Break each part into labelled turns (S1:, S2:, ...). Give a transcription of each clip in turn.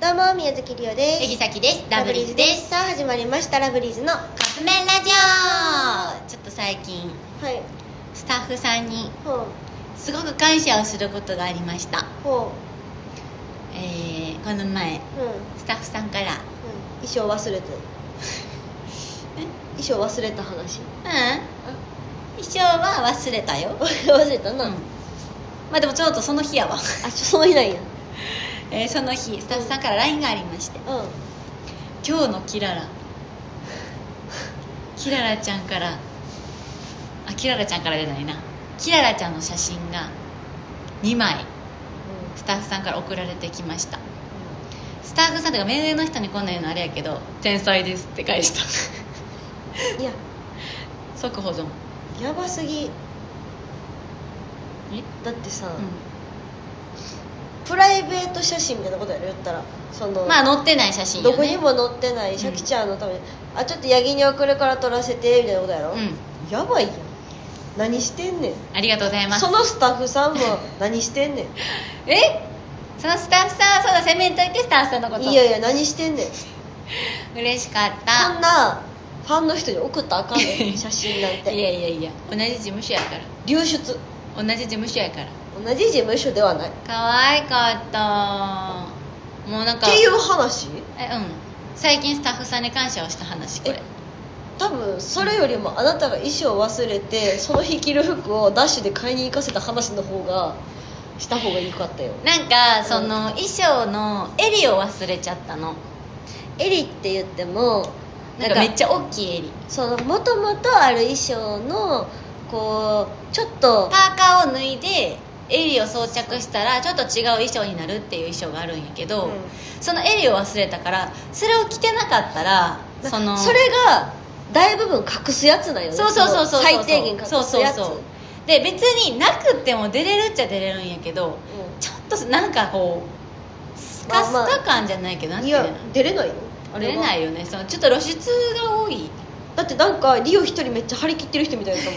S1: どうも宮崎りおです
S2: えぎさきですラブリーズです
S1: さあ始まりましたラブリーズのは
S2: カップ麺ラジオちょっと最近
S1: い
S2: スタッフさんに
S1: ほ
S2: すごく感謝をすることがありました
S1: うほ
S2: えー、この前
S1: ううん、うん、
S2: スタッフさんから「
S1: 衣装忘れて衣装忘れた話
S2: うん衣装は忘れたよ」
S1: 忘れた
S2: うん
S1: な、あ
S2: まあでもちょっとその日やわ、
S1: ちょその日なんや
S2: えーその日スタッフさんから LINE がありまして
S1: うん
S2: 「今日のキララ」キララちゃんからあキララちゃんから出ないなキララちゃんの写真が2枚スタッフさんから送られてきましたスタッフさんとか目上の人にこんなん言うのあれやけど「天才です」って返した
S1: いや
S2: 即保存
S1: やばすぎ
S2: え
S1: だってさ、
S2: う
S1: プライベート写真みたいなことやろ言ったらその
S2: ん、まあ載ってない写真、ね、
S1: どこにも載ってないシャキちゃんのために、あちょっと八木に送るから撮らせてみたいなことやろ、
S2: うん
S1: やばいやん何してんねん
S2: ありがとうございます
S1: そのスタッフさんも何して んねん
S2: えそのスタッフさんそうだ責めんといてスタッフさんのこと
S1: いやいや何してんねん
S2: 嬉しかっ
S1: そん
S2: た
S1: なファンの人に送ったらあかん ねん写真なん
S2: い
S1: て
S2: やいやいや同じ事務所やから
S1: 流出
S2: 同じ事務所やから
S1: 同じ事務所ではないっ
S2: 可愛かったもうなんか
S1: ていう話
S2: えうん最近スタッフさんに感謝をした話これ
S1: え多分それよりもあなたが衣装を忘れてその日着る服をダッシュで買いに行かせた話の方がした方が良かったよ
S2: なんかその衣装の襟を忘れちゃったの
S1: 襟って言っても
S2: なんかめっちゃ大きい襟
S1: そのもともとある衣装のこうちょっと
S2: パーカーを脱いで襟を装着したらちょっと違う衣装になるっていう衣装があるんやけど、
S1: うん
S2: その襟を忘れたからそれを着てなかったらその
S1: それが大部分隠すやつなんよね
S2: そうそうそうそう
S1: の最低限隠す
S2: そう
S1: やつ
S2: そうそうで別になくても出れるっちゃ出れるんやけどちょっとなんかこうスカスカ感じゃないけど、
S1: う
S2: なん
S1: い
S2: んていうの
S1: や出れないよあ
S2: 出
S1: れ
S2: れ
S1: は
S2: ないよねそのちょっと露出が多い
S1: だってなんかリオ一人めっちゃ張り切ってる人みたいだったもん、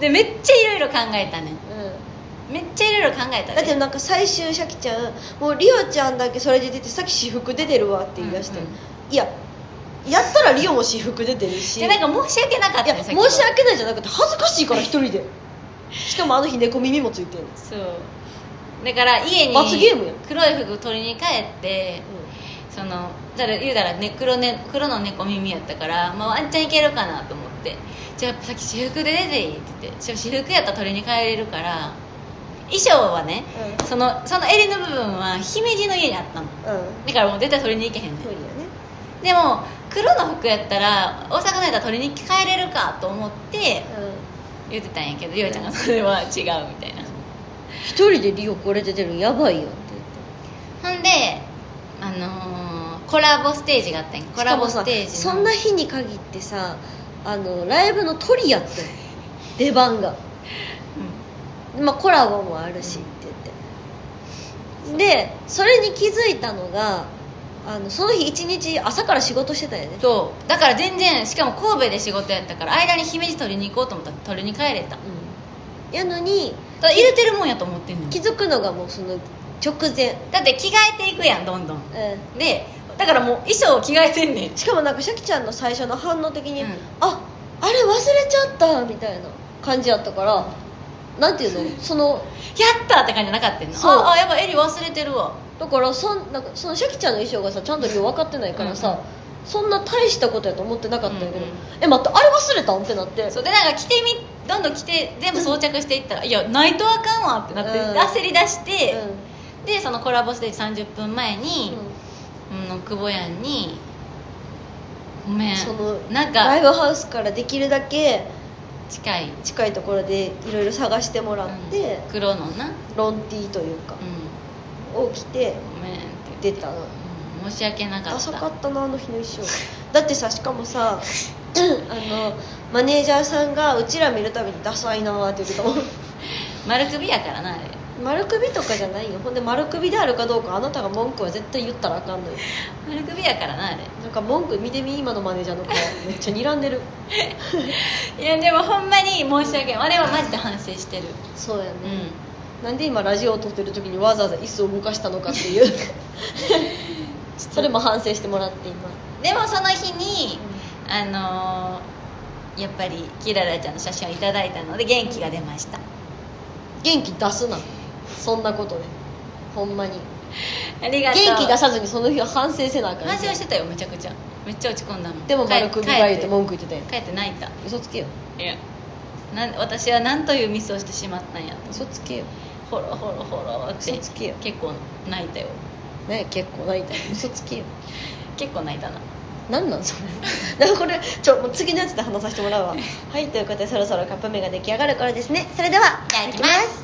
S2: でめっちゃいろいろ考えたね
S1: う
S2: めっちゃいろいろ考えた
S1: ん、
S2: ね
S1: だってなんか最終シャキちゃんもうリオちゃんだけそれで出てさっき私服出てるわって言い出して、
S2: うんうん
S1: いややったらリオも私服出てるし
S2: でなんか申し訳なかっ
S1: い
S2: た
S1: や
S2: ね
S1: 申
S2: さっ
S1: し
S2: きは
S1: 訳ないじゃなくて恥ずかしいから一人でしかもあの日猫耳もついてるんです、
S2: そうだから家に
S1: 罰ゲームやん
S2: 黒い服取りに帰ってそのだから言うたら、ね黒ね、黒の猫耳やったから、まあ、ワンチャンいけるかなと思ってじゃあやっぱさっき私服で出ていいって言って私服やったら取りに帰れるから衣装はね
S1: う
S2: そのその襟の部分は姫路の家にあったの
S1: んうん
S2: だからもう絶対取りに行けへんねん
S1: 無理やね
S2: でも黒の服やったら大阪のやったら取りに帰れるかと思って言ってたんやけどりょうちゃんがそれは違うみたいな
S1: 一人でリオこれ出てるのやばいよって
S2: ほんであのーコラボステージがあったんやコラボステージの
S1: しかもさそんな日に限ってさあのライブのトリやってん出番が、まあ、コラボもあるしって言ってでそれに気づいたのがあのその日一日朝から仕事してたよね
S2: うんそうだから全然しかも神戸で仕事やったから間に姫路取りに行こうと思ったら取りに帰れた
S1: うんやのに
S2: ただ入れてるもんやと思ってんの
S1: 気づくのがもうその直前、
S2: だって着替えていくやんどんどん
S1: うん、
S2: でだからもう衣装を着替えてんねん
S1: しかもなんかシャキちゃんの最初の反応的に、
S2: うん
S1: ああれ忘れちゃったみたいな感じやったからなんていうのその
S2: やったって感じじゃなかったんの
S1: そう
S2: ああやっぱ襟忘れてるわ
S1: だからそんなんかそのシャキちゃんの衣装がさちゃんとよう分かってないからさ、
S2: うんうん
S1: そんな大したことやと思ってなかったんやけど、
S2: うんうん
S1: え待ってあれ忘れたんってなって
S2: そうでなんか着てみどんどん着て全部装着していったら「いやないとあかんわ」ってなって、
S1: うん
S2: 焦り出し
S1: う
S2: て、
S1: ん
S2: でそのコラボステージ30分前に、うん、久保やんに「ごめん
S1: その
S2: なん
S1: ライ
S2: か
S1: ブハウスからできるだけ
S2: 近い、
S1: 近いところでいろいろ探してもらって、
S2: 黒のな、うん、
S1: ロンティーというか、を着て
S2: ごめんって、
S1: 出たの
S2: うん、申し訳なかっ
S1: ダサ
S2: た
S1: かったなあの日の衣装だってさしかも さあのマネージャーさんがうちら見るたびにダサいなあって言ってたもん
S2: 丸首やからなあれ
S1: 丸首とかじゃないよほんで丸首であるかどうかあなたが文句は絶対言ったらあかんのよ
S2: 丸首やからなあれ
S1: なんか文句見てみ今のマネージャーの 顔めっちゃ睨んでる
S2: いやでもほんまに申し訳ないあれはマジで反省してる
S1: そうやね
S2: うん
S1: なんで今ラジオを撮ってる時にわざわざ椅子を動かしたのかっていうそれも反省してもらって今、
S2: でもその日にあのーやっぱりキララちゃんの写真をいただいたので元気が出ました
S1: 元気出すなそんなことでほんまに
S2: ありが
S1: 元
S2: とう
S1: 気出さずにその日は反省せなあかん
S2: 反省はしてたよめちゃくちゃめっちゃ落ち込んだもん
S1: でも丸
S2: 帰
S1: 首が言う
S2: 帰
S1: て
S2: っ
S1: 文句言ってたやん
S2: 帰って泣いた
S1: 嘘つけよ
S2: いやなん私は何というミスをしてしまったんやと
S1: 嘘つけよ
S2: ほろほろほろって
S1: 嘘つけよ
S2: 結構泣いたよ
S1: ね結構泣いた嘘つけよ
S2: 結構泣いたな
S1: なんなん それなんかこれちょもう次のやつで話させてもらうわはいということでそろそろカップ麺が出来上がる頃ですねそれではい
S2: ただきます